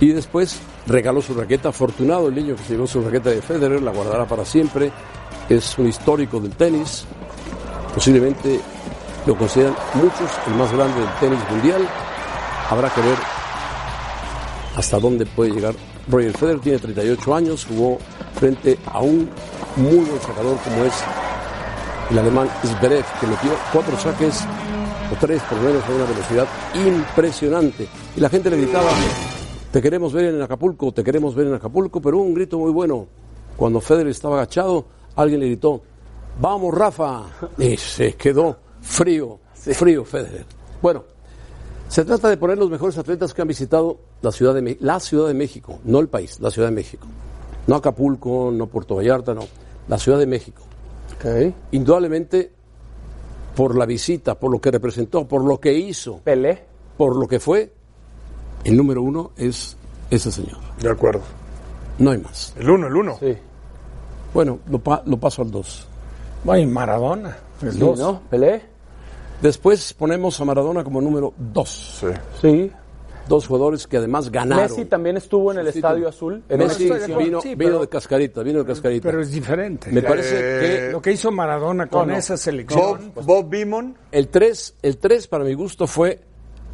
Y después regaló su raqueta, afortunado el niño que se llevó su raqueta de Federer, la guardará para siempre. Es un histórico del tenis, posiblemente lo consideran muchos el más grande del tenis mundial. Habrá que ver hasta dónde puede llegar. Roger Federer tiene 38 años, jugó frente a un muy buen sacador como es el alemán Zverev, que metió cuatro saques, o tres por lo menos, a una velocidad impresionante. Y la gente le gritaba, te queremos ver en Acapulco, te queremos ver en Acapulco, pero hubo un grito muy bueno. Cuando Federer estaba agachado, alguien le gritó, vamos Rafa, y se quedó frío, frío Federer. Bueno, se trata de poner los mejores atletas que han visitado la Ciudad de, Me- la ciudad de México, no el país, la Ciudad de México. No Acapulco, no Puerto Vallarta, no. La Ciudad de México. Indudablemente, por la visita, por lo que representó, por lo que hizo.
Pelé.
Por lo que fue, el número uno es ese señor.
De acuerdo.
No hay más.
El uno, el uno.
Sí.
Bueno, lo, pa- lo paso al dos.
Bueno, y Maradona. el
Sí,
dos.
¿no?
Pelé.
Después ponemos a Maradona como número dos.
Sí.
Sí.
Dos jugadores que además ganaron.
Messi también estuvo en el Estadio Azul. En
Messi
una edición.
vino,
Sí,
vino
pero-
de cascarita, vino de cascarita.
Pero es diferente.
Me parece
Lo que hizo Maradona con
No, no.
esa selección.
Beamon.
El 3, el tres, para mi gusto fue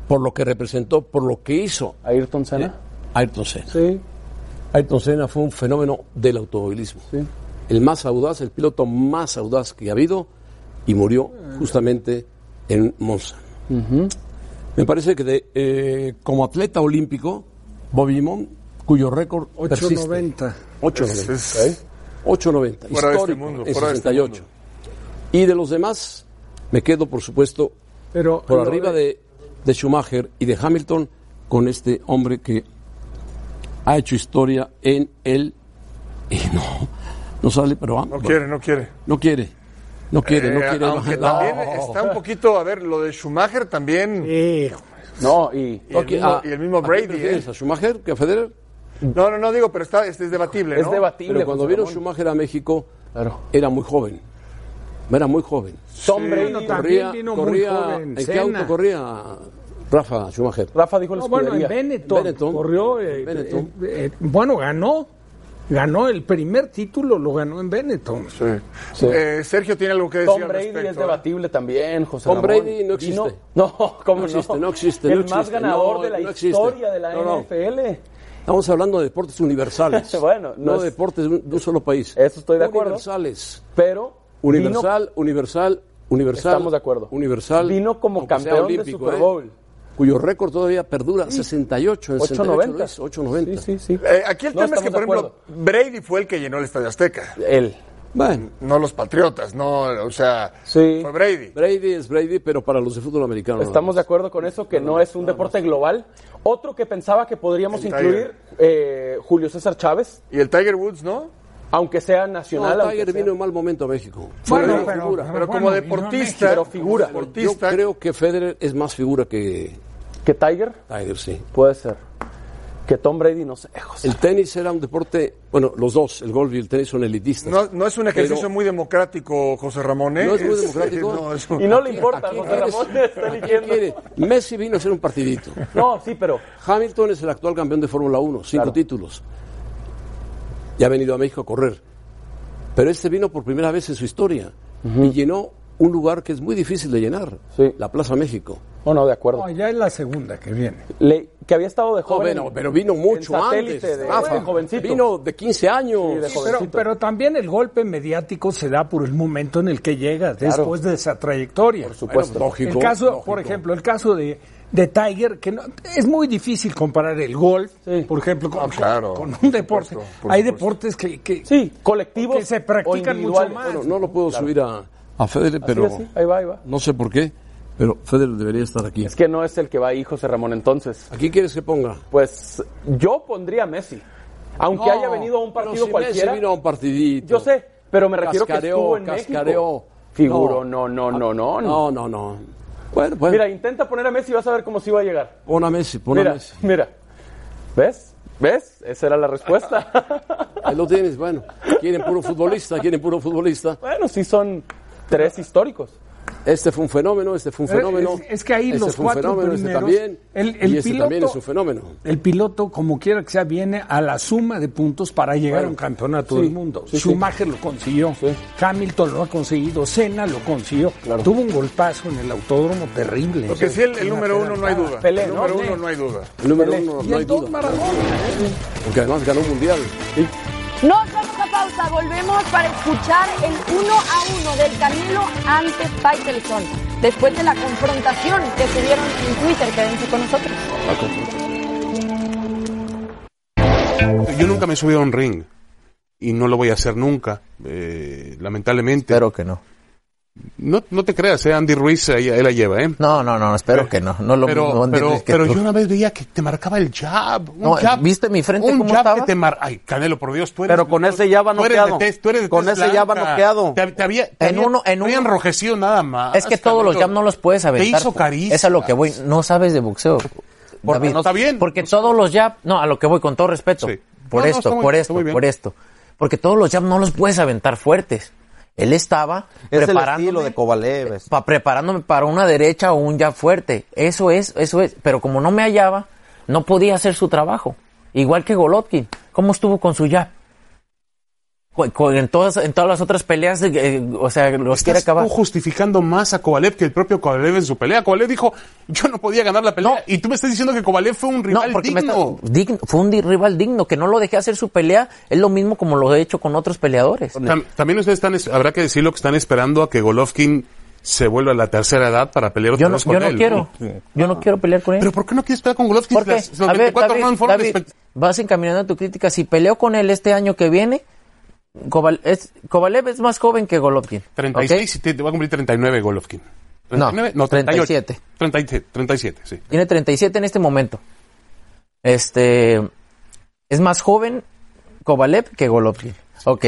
por lo que representó, por lo que hizo eh,
Ayrton Senna.
Ayrton Senna.
Sí.
Ayrton Senna fue un fenómeno del automovilismo. El más audaz, el piloto más audaz que ha habido y murió justamente en Monza. Me parece que de, eh, como atleta olímpico, Bobby Moon, cuyo récord persiste.
8.90.
8.90. ¿eh? 8.90.
Fuera de este
histórico,
mundo,
en
fuera de este
68. Y de los demás, me quedo, por supuesto,
Pero
por
lo
eh.
arriba de, de Schumacher y de Hamilton con este hombre que ha hecho historia en el... Y no, no sale, pero...
No quiere, no quiere.
No quiere, no quiere, no
Eh,
quiere.
aunque
bajar.
también está un poquito, a ver, lo de Schumacher también.
No, y.
Y, el, mismo,
ah,
y el mismo
¿a quién
Brady, ¿eh?
prefieres, ¿A Schumacher que a Federer?
No, no, no, digo, pero está, este es debatible,
Es
¿no?
debatible.
Pero cuando
José
vino
Ramón.
Schumacher a México,
Claro.
era muy joven. Era muy joven.
Tom Brady.
bueno,
Corría,
también vino
corría-
muy joven.
¿En qué
Senna.
auto corría Rafa Schumacher?
Rafa dijo la
No, bueno, en
escudería.
Benetton,
Benetton.
corrió, eh,
Benetton.
eh, eh, bueno, ganó, ganó el primer título, lo ganó en Benetton.
Sí. Eh, Sergio tiene algo que decir
Tom
al
Brady
respecto,
es
¿eh?
debatible también, José
Tom
Ramón.
Brady no existe.
Vino- No, ¿cómo
No
no?
existe, no existe,
El
no
más
existe.
ganador
No,
de la
no existe.
historia de la
No, no.
NFL.
Estamos hablando de deportes universales.
Bueno, no
no,
es-
deportes de un, de un solo país.
Eso estoy de acuerdo.
Universales.
Pero
Universal, universal, universal.
Estamos de acuerdo.
Universal.
vino, vino como
aunque sea
campeón de
olímpico,
Super
¿eh?
Bowl.
cuyo récord todavía perdura, 68 en
8.90.
68, Luis, 8.90. Sí,
sí, sí.
Eh, aquí el tema es que, por ejemplo, Brady fue el que llenó el Estadio Azteca.
Él.
Bueno.
No los Patriotas, no, o sea, fue Brady.
Brady es Brady, pero para los de fútbol americano. nada
Estamos de acuerdo con eso, que no es un deporte global. Otro que pensaba que podríamos
El
incluir,
Tiger.
eh, Julio César Chávez.
Y el Tiger Woods, ¿no?
Aunque sea nacional.
No,
aunque
Tiger
sea-
vino en mal momento a México.
Bueno,
Fue una
pero-
figura.
pero Pero como bueno, vino a deportista, México. pero figura.
Como deportista. Yo creo que Federer es más figura que...
¿Que Tiger?
Tiger, sí.
Puede ser. Que Tom Brady, no sé.
El tenis era un deporte... Bueno, los dos, el golf y el tenis son elitistas.
No, no es un ejercicio
Pero-
muy democrático, José Ramón, ¿eh?
No es muy
Sí,
democrático.
no, es un-
¿A quién quieres? ¿A quién quieres? Messi vino a hacer un partidito.
No, sí, pero.
Hamilton es el actual campeón de Fórmula 1, cinco títulos. Y ha venido a México a correr. Pero este vino por primera vez en su historia. Y llenó un lugar que es muy difícil de llenar: la Plaza México.
No, no, de acuerdo.
No, ya es la segunda que viene.
Le- que había estado de
No,
joven.
bueno, pero vino mucho
en satélite
antes,
de,
Rafa.
de jovencito.
Vino de 15 años.
Sí, de
Sí, pero,
jovencito.
pero también el golpe mediático se da por el momento en el que llegas, después de esa trayectoria. Por
supuesto. Bueno, lógico,
El caso,
lógico.
por ejemplo, el caso de, de Tiger, que no- es muy difícil comparar el golf, por ejemplo,
Ah,
con, con- con un deporte. Hay deportes que, que-
colectivos
que se
o
practican mucho
individuales.
más.
Bueno, no lo puedo subir a, a Federer,
Así,
pero
así, ahí va, ahí va.
no sé por qué. Pero Federer debería estar aquí.
Es que no es el que va ahí, José Ramón, entonces.
¿A quién quieres que ponga?
Pues yo pondría a Messi. Aunque
No,
haya venido a un
pero
partido
si
cualquiera.
Messi vino a un partidito.
Yo sé, pero me refiero que
Cascareó,
estuvo en
cascareó.
México. Figuro, no, no, no, no.
No, no, no. Bueno, pues
Mira, intenta poner a Messi y vas a ver cómo sí va a llegar.
pon a Messi, pon
mira,
a Messi.
mira. ¿Ves? ¿Ves? Esa era la respuesta.
Ahí lo tienes, bueno. Quieren puro futbolista, quieren puro futbolista.
bueno, sí son tres históricos.
Este fue un fenómeno, este fue un
Pero
fenómeno.
es- es que ahí
este
los
fue un
cuatro
fenómeno,
primeros-
este también.
el- el
y este
piloto-
también es un fenómeno.
El piloto, como quiera que sea, viene a la suma de puntos para llegar a un campeonato
sí,
del mundo.
sí, sí.
Schumacher lo consiguió, Hamilton lo ha conseguido, Senna lo consiguió. Tuvo un golpazo en el autódromo terrible.
Porque sí, el, el número uno no hay duda.
Pelé,
el número
¿no?
uno no hay duda.
El número uno,
Y
no hay
el dos,
duda.
Maradona, ¿eh?
Porque además ganó un mundial.
Nos vamos a pausa, volvemos para escuchar el uno a uno del Canelo ante Faitelson. Después de la confrontación que se dieron en Twitter, quédense con nosotros.
Yo nunca me he subido a un ring y no lo voy a hacer nunca, eh, lamentablemente. Espero que no. No, no te creas, eh, Andy Ruiz ahí, ahí la lleva, ¿eh? No, no, no, espero que no.
no lo
pero,
mismo, Andy
pero,
Ruiz, que
pero
tú.
yo una vez veía que te marcaba el jab, un
No,
jab.
¿viste mi frente
Un
cómo
jab
estaba?
que te mar... Ay, Canelo, por Dios, tú eres...
Pero con ese jab va
tú eres de
noqueado.
tez- tú eres de
Con
tez
ese jab va
blanca.
noqueado.
Te, te había... te
En
había-
uno- en
te había
uno-
enrojecido nada más.
Es que todos los
Canelo.
jabs no los puedes aventar.
Ah, Te hizo caricia.
Es a lo que voy. No sabes de boxeo. David.
no- está bien.
Porque todos los jabs. No, a lo que voy, con todo respeto. Por
No, no, está
esto,
muy-
por
está
esto,
muy bien.
por esto. Porque todos los jabs no los puedes aventar fuertes. Él estaba
Es el
preparándome.
estilo de Kovalev. es-
pa- preparándome para una derecha o un jab fuerte. Eso es, eso es. Pero como no me hallaba, no podía hacer su trabajo. Igual que Golotkin. ¿Cómo estuvo con su jab? Co- co- En todas, en todas las otras peleas, eh, o sea, los quiere
Estás
acabar.
tú justificando más a Kovalev que el propio Kovalev en su pelea. Kovalev dijo, yo no podía ganar la pelea. Y tú me estás diciendo que Kovalev fue un rival
porque me
digno.
está- digno, fue un di- rival digno, que no lo dejé hacer su pelea, es lo mismo como lo he hecho con otros peleadores.
Tam- también ustedes están, es- habrá que decirlo que están esperando a que Golovkin se vuelva a la tercera edad para pelear otra
Yo no,
vez con
yo no
él.
quiero, yo no quiero pelear con él. ¿Pero
por qué no quieres pelear con Golovkin?
Porque,
Las- los
a ver,
24
David,
rounds fueron
David,
respect-
vas encaminando a tu crítica, si peleo con él este año que viene, Koval- es- Kovalev es más joven que Golovkin.
36 y te, te va a cumplir 39 Golovkin.
No,
39, no,
37.
37, 37, sí.
Tiene 37 en este momento. Este es más joven Kovalev que Golovkin. Ok.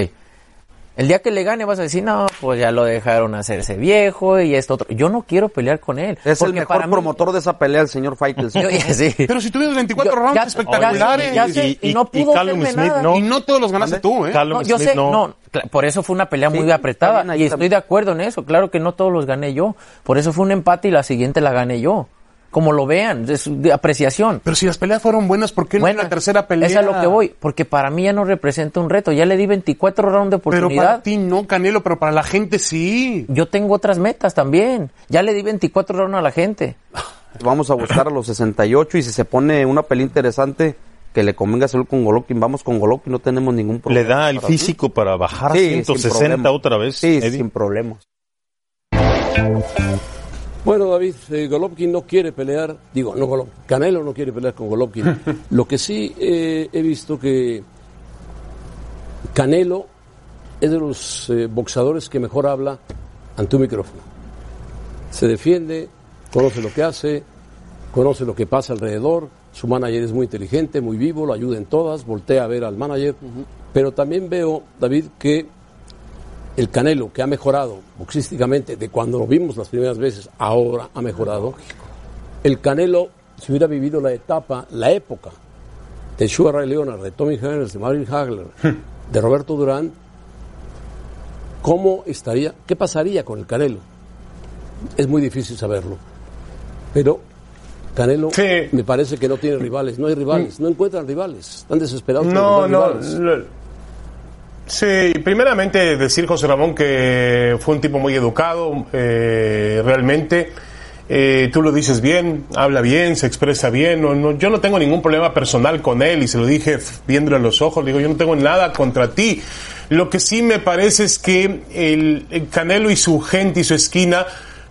El día que le gane vas a decir, no, pues ya lo dejaron hacerse viejo y esto otro. Yo no quiero pelear con él.
Es el
porque
mejor
para mí-
promotor de esa pelea, el señor Faitelson.
Yo- sí.
Pero si tuvieras 24
Yo-
rounds
ya-
espectaculares.
ya sé, y no pudo hacerme nada.
Y no todos los ganaste tú, ¿eh?
No, yo sé, no. cla- por eso fue una pelea muy apretada y estoy de acuerdo en eso. Claro que no todos los gané yo. Por eso fue un empate y la siguiente la gané yo. Como lo vean, es de apreciación.
Pero si las peleas fueron buenas, ¿por qué no en la tercera pelea?
Es a lo que voy, porque para mí ya no representa un reto. Ya le di 24 rounds de
Pero
oportunidad.
para ti no, Canelo, pero para la gente sí.
Yo tengo otras metas también. Ya le di 24 rounds a la gente.
Vamos a buscar a los 68 y si se pone una pelea interesante que le convenga hacerlo con Golovkin, vamos con Golovkin, no tenemos ningún
Le
problema.
da el
para mí.
físico para bajar
Sí,
a
sin
160
problema.
otra vez.
Sí, sin problemas.
Bueno, David, eh, Golovkin no quiere pelear, digo, no Golovkin, Canelo no quiere pelear con Golovkin. Lo que sí eh, he visto que Canelo es de los eh, boxeadores que mejor habla ante un micrófono. Se defiende, conoce lo que hace, conoce lo que pasa alrededor, su manager es muy inteligente, muy vivo, lo ayuda en todas, voltea a ver al manager, pero también veo, David, que el Canelo, que ha mejorado boxísticamente de cuando lo vimos las primeras veces, ahora ha mejorado. El Canelo, si hubiera vivido la etapa, la época de Sugar Ray Leonard, de Tommy Henry, de Marvin Hagler,
Hmm.
de Roberto Durán, ¿cómo estaría, qué pasaría con el Canelo? Es muy difícil saberlo. Pero Canelo me parece que no tiene rivales, no hay rivales, no encuentran rivales, están desesperados. por
Hmm. No,
encontrar
no.
rivales.
lo- Sí, primeramente decir José Ramón que fue un tipo muy educado, eh, realmente. Eh, tú lo dices bien, habla bien, se expresa bien. no- no- yo no tengo ningún problema personal con él y se lo dije f- viéndole a los ojos. le Digo, yo no tengo nada contra ti. Lo que sí me parece es que el, el Canelo y su gente y su esquina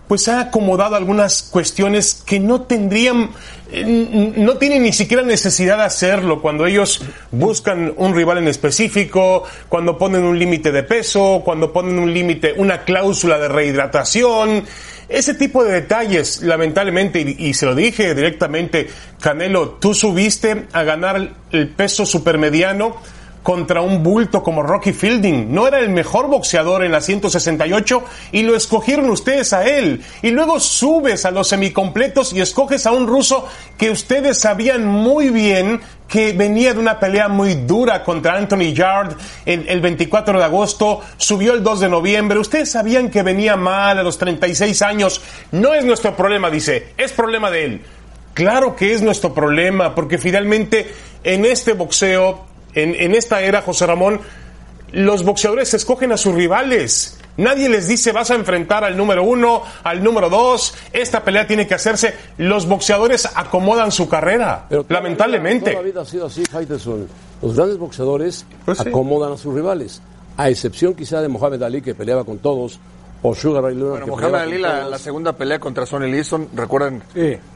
pues ha acomodado algunas cuestiones que no tendrían, eh, n- no tienen ni siquiera necesidad de hacerlo cuando ellos buscan un rival en específico, cuando ponen un límite de peso, cuando ponen un límite, una cláusula de rehidratación, ese tipo de detalles, lamentablemente, y, y se lo dije directamente, Canelo, tú subiste a ganar el peso supermediano contra un bulto como Rocky Fielding. No era el mejor boxeador en la 168 y lo escogieron ustedes a él. Y luego subes a los semicompletos y escoges a un ruso que ustedes sabían muy bien que venía de una pelea muy dura contra Anthony Yard el, el 24 de agosto, subió el 2 de noviembre, ustedes sabían que venía mal a los 36 años, no es nuestro problema, dice, es problema de él. Claro que es nuestro problema, porque finalmente en este boxeo, en, en esta era, José Ramón, los boxeadores escogen a sus rivales. Nadie les dice vas a enfrentar al número uno, al número dos, esta pelea tiene que hacerse. Los boxeadores acomodan su carrera, lamentablemente.
Toda la vida ha sido así, Faitelson. Los grandes boxeadores
Pues
acomodan a sus rivales, a excepción quizá de Mohamed Ali, que peleaba con todos, o Sugar Ray Leonard, que
Mohamed
peleaba
Ali,
con
la,
todos.
la segunda pelea contra Sonny Liston, recuerdan,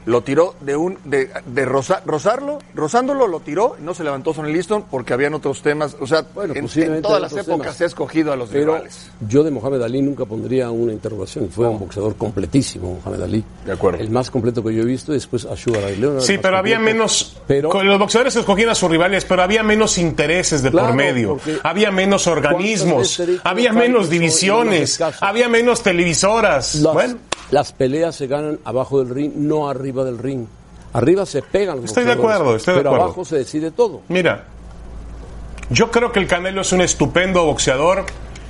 lo tiró de un. de, de roza- rozarlo, rozándolo, lo tiró, no se levantó Sonny Liston porque habían otros temas. O sea, en- en,
posiblemente
todas
había
las
otros
épocas
temas.
se ha escogido a los
Pero
rivales.
yo de Mohamed Ali nunca pondría una interrogación. Fue
Oh.
un boxeador completísimo, Mohamed Ali. De acuerdo. El más completo que yo he visto, y después a Sugar Ray Leonard.
Sí,
el más
pero había
completo.
menos. con los boxeadores escogían a sus rivales, pero había menos intereses de
Claro,
por medio.
porque-
Había menos organismos.
veces he dicho,
Había
Faitelson,
menos
y no
divisiones.
haces caso?
Había menos televisoras.
Las,
bueno,
las peleas se ganan abajo del ring, no arriba del ring. Arriba se pegan los
Estoy de
boxeadores,
acuerdo, estoy de
pero
acuerdo.
abajo se decide todo.
mira. Yo creo que el Canelo es un estupendo boxeador.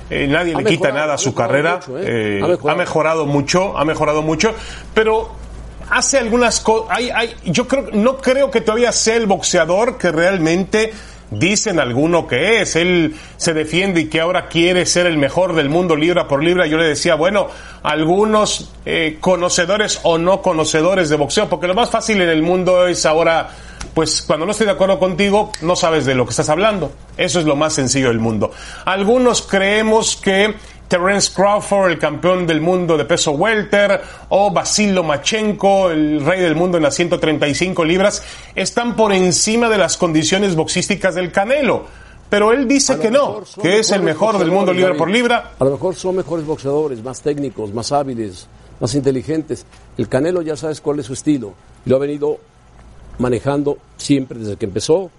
Eh, nadie
Ha
le quita
mejorado,
nada a
ha
su
mejorado
carrera.
mucho, ¿eh?
Eh,
Ha mejorado.
ha mejorado mucho, ha mejorado mucho, pero hace algunas cosas. yo creo, no creo que todavía sea el boxeador que realmente dicen alguno que es. Él se defiende y que ahora quiere ser el mejor del mundo libra por libra. Yo le decía, bueno, algunos eh, conocedores o no conocedores de boxeo, porque lo más fácil en el mundo es ahora pues cuando no estoy de acuerdo contigo, no sabes de lo que estás hablando. Eso es lo más sencillo del mundo. Algunos creemos que Terence Crawford, el campeón del mundo de peso welter, o Basil Lomachenko, el rey del mundo en las 135 libras, están por encima de las condiciones boxísticas del Canelo. Pero él dice que no,
mejor son
que es el
mejores
mejor del mundo
boxeadores,
libra
David.
por libra.
A lo mejor son mejores boxeadores, más técnicos, más hábiles, más inteligentes. El Canelo ya sabes cuál es su estilo. y Lo ha venido manejando siempre desde que empezó.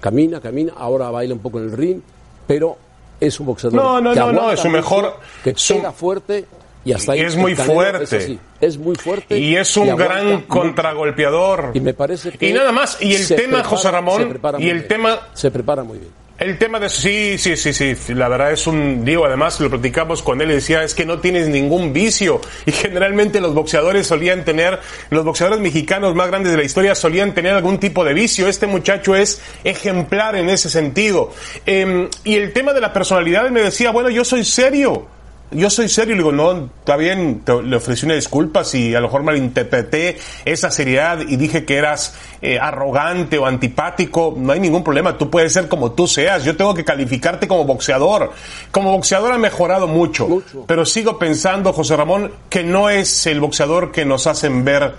Camina, camina, ahora baila un poco en el ring, pero es un boxeador.
No, no,
que
no, no,
aguanta
es su
mucho,
mejor-
Que
su-
pega fuerte y hasta ahí.
Es
el
muy
Canelo
fuerte.
Es, así, es muy fuerte.
Y es un
aguanta
gran
mucho.
contragolpeador.
Y me parece que.
Y nada más, y el
se
tema,
prepara-
José
se
Ramón,
prepara
y
muy
el
bien.
tema
Se prepara muy bien.
El tema de sí, sí, sí, sí. La verdad es un digo. Además lo platicamos con él y decía es que no tienes ningún vicio y generalmente los boxeadores solían tener los boxeadores mexicanos más grandes de la historia solían tener algún tipo de vicio. Este muchacho es ejemplar en ese sentido. Em, y el tema de la personalidad él me decía bueno yo soy serio. yo soy serio, le digo, no, está bien, te- le ofrecí una disculpa si a lo mejor malinterpreté esa seriedad y dije que eras eh, arrogante o antipático, no hay ningún problema, tú puedes ser como tú seas, yo tengo que calificarte como boxeador. Como boxeador ha mejorado mucho, pero sigo pensando, José Ramón, que no es el boxeador que nos hacen ver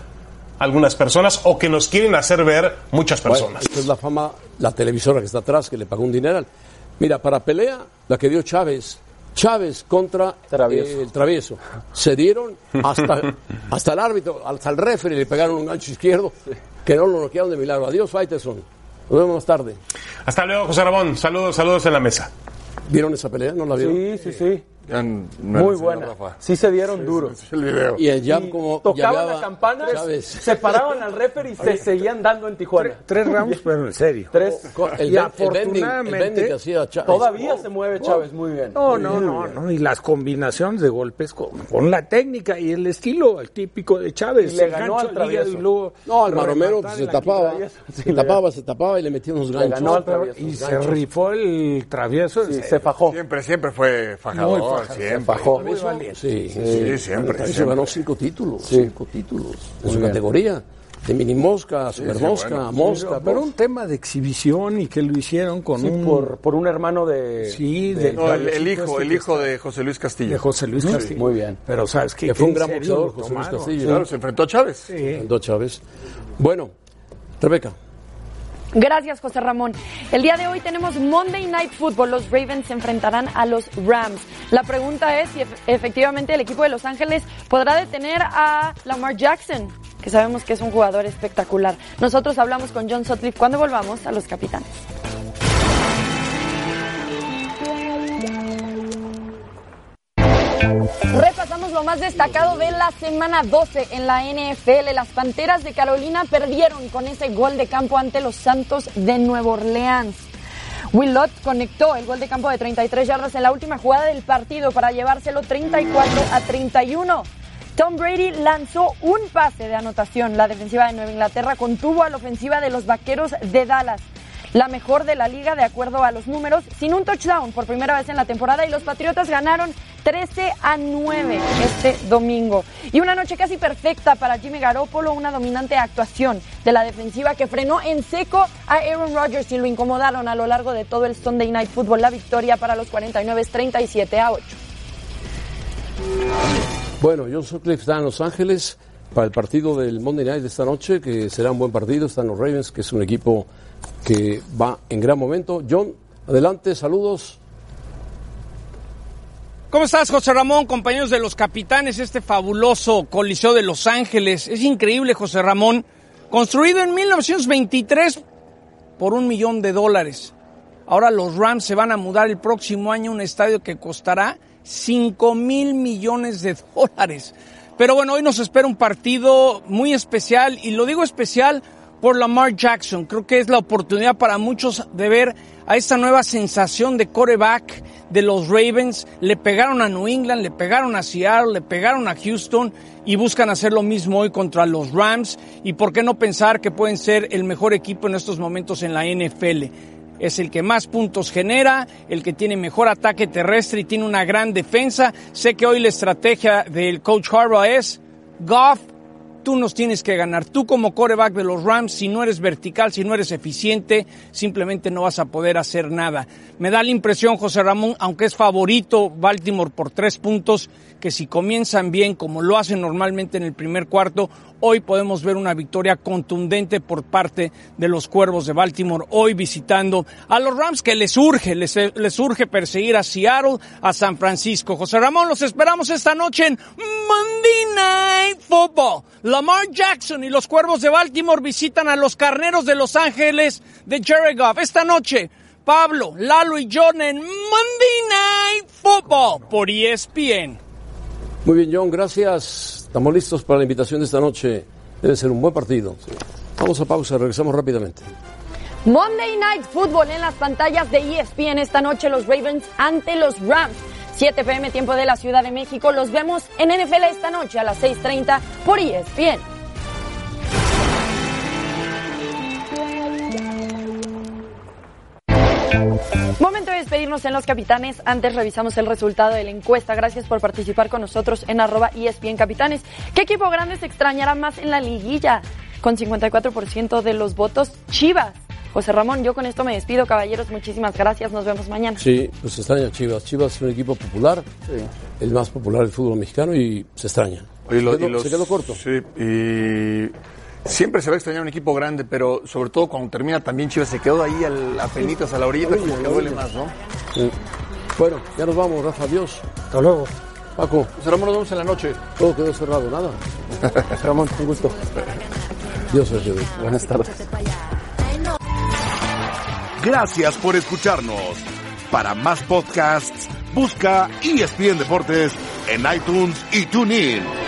algunas personas o que nos quieren hacer ver muchas
Bueno,
personas.
esta es la fama, la televisora que está atrás, que le pagó un dineral. Mira, para pelea, la que dio Chávez, Chávez contra
Travieso.
eh, el travieso. Se dieron hasta, hasta el árbitro, hasta el referee, le pegaron un gancho izquierdo, que no lo bloquearon de milagro. Adiós, Faiteson. Nos vemos más tarde.
Hasta luego, José Ramón, saludos, saludos en la mesa.
¿Vieron esa pelea? ¿No la vieron?
Sí, sí, sí.
no
Muy
era
buena.
señor Rafa.
Sí se dieron duro.
Y el jab como
tocaban
llaveaba
las campanas,
Chávez.
se paraban al referee y se seguían dando en Tijuana.
Tres rounds, pero en serio.
Tres.
Oh,
el
Y
ben- el bending- el bending que hacía Chávez.
Todavía se
Oh.
mueve Chávez muy bien.
No, no, no, no, y las combinaciones de golpes con, con la técnica y el estilo, el típico de Chávez.
Y le
el
ganó
gancho
al
hígado
travieso.
y luego
No, al maromero
rematar
se
en la
tapaba,
quijada.
se tapaba, se tapaba y le metía unos
Le
ganchos.
ganó al travieso. Y se rifó el travieso.
Sí,
se
fajó.
Siempre, siempre fue
Muy
fajador,
fajador,
siempre.
se fajó.
Muy valiente.
Sí,
Sí, siempre,
Travieso
siempre.
ganó cinco títulos, cinco títulos en
Muy
su
bien.
categoría. De mini mosca, super mosca,
bueno.
mosca.
Pero, pero un tema de exhibición y que lo hicieron con
Sí,
un...
por, por un hermano de...
Sí, de-
No, el, el hijo,
Este
el
que
hijo de José Luis Castillo.
De José Luis
Sí.
Castillo.
Muy bien.
Pero sabes qué?
Que fue un
¿En
gran
serio
boxeador,
lo
José Luis
tomaron?
Castillo.
Claro, se enfrentó a Chávez.
Se enfrentó a Chávez. Bueno, Rebeca.
Gracias, José Ramón. El día de hoy tenemos Monday Night Football. Los Ravens se enfrentarán a los Rams. La pregunta es si ef- efectivamente el equipo de Los Ángeles podrá detener a Lamar Jackson, que sabemos que es un jugador espectacular. Nosotros hablamos con John Sutcliffe cuando volvamos a los capitanes. Repasamos lo más destacado de la semana 12 en la NFL. Las Panteras de Carolina perdieron con ese gol de campo ante los Santos de Nueva Orleans. Willott conectó el gol de campo de 33 yardas en la última jugada del partido para llevárselo 34 a 31. Tom Brady lanzó un pase de anotación. La defensiva de Nueva Inglaterra contuvo a la ofensiva de los Vaqueros de Dallas. La mejor de la liga de acuerdo a los números, sin un touchdown por primera vez en la temporada y los Patriotas ganaron 13 a 9 este domingo. Y una noche casi perfecta para Jimmy Garoppolo, una dominante actuación de la defensiva que frenó en seco a Aaron Rodgers y lo incomodaron a lo largo de todo el Sunday Night Football. La victoria para los 49 es 37 a 8.
Bueno, John Sutcliffe está en Los Ángeles para el partido del Monday Night de esta noche, que será un buen partido. Están los Ravens, que es un equipo que va en gran momento. John, adelante, saludos.
¿Cómo estás, José Ramón? Compañeros de los capitanes, este fabuloso coliseo de Los Ángeles. Es increíble, José Ramón. Construido en 1923 por un millón de dólares. Ahora los Rams se van a mudar el próximo año a un estadio que costará 5 mil millones de dólares. Pero bueno, hoy nos espera un partido muy especial y lo digo especial por Lamar Jackson. Creo que es la oportunidad para muchos de ver a esta nueva sensación de coreback de los Ravens. Le pegaron a New England, le pegaron a Seattle, le pegaron a Houston y buscan hacer lo mismo hoy contra los Rams. Y por qué no pensar que pueden ser el mejor equipo en estos momentos en la NFL es el que más puntos genera, el que tiene mejor ataque terrestre y tiene una gran defensa. Sé que hoy la estrategia del coach Harbaugh es Goff. Tú nos tienes que ganar. Tú como coreback de los Rams, si no eres vertical, si no eres eficiente, simplemente no vas a poder hacer nada. Me da la impresión, José Ramón, aunque es favorito Baltimore por tres puntos, que si comienzan bien, como lo hacen normalmente en el primer cuarto, hoy podemos ver una victoria contundente por parte de los Cuervos de Baltimore, hoy visitando a los Rams, que les urge, les, les urge perseguir a Seattle, a San Francisco. José Ramón, los esperamos esta noche en Monday Night Football. Lamar Jackson y los Cuervos de Baltimore visitan a los Carneros de Los Ángeles de Jared Goff. Esta noche, Pablo, Lalo y John en Monday Night Football por E ESPN.
Muy bien, John, gracias. Estamos listos para la invitación de esta noche. Debe ser un buen partido. Vamos a pausa, regresamos rápidamente.
Monday Night Football en las pantallas de E ESPN esta noche los Ravens ante los Rams. 7 pm tiempo de la Ciudad de México. Los vemos en NFL esta noche a las 6.30 por E ESPN. Momento de despedirnos en Los Capitanes. Antes revisamos el resultado de la encuesta. Gracias por participar con nosotros en arroba E ESPN Capitanes. ¿Qué equipo grande se extrañará más en la liguilla? Con 54% de los votos, Chivas. José Ramón, yo con esto me despido, caballeros. Muchísimas gracias. Nos vemos mañana.
Sí, pues se extraña Chivas. Chivas es un equipo popular, el más popular del fútbol mexicano y se extraña.
Y lo-
Se quedó-
y los-
se quedó corto.
Sí, y siempre se va a extrañar un equipo grande, pero sobre todo cuando termina también Chivas, se quedó ahí al, a penitas, a la orilla, como que duele más, ¿no?
Sí. Bueno, ya nos vamos, Rafa. Adiós.
Hasta luego.
Paco.
José Ramón, nos vemos en la noche.
Todo quedó cerrado, nada.
José Ramón, un gusto.
Dios os ayude.
Buenas tardes.
Gracias por escucharnos. Para más podcasts, busca ESPN Deportes en iTunes y TuneIn.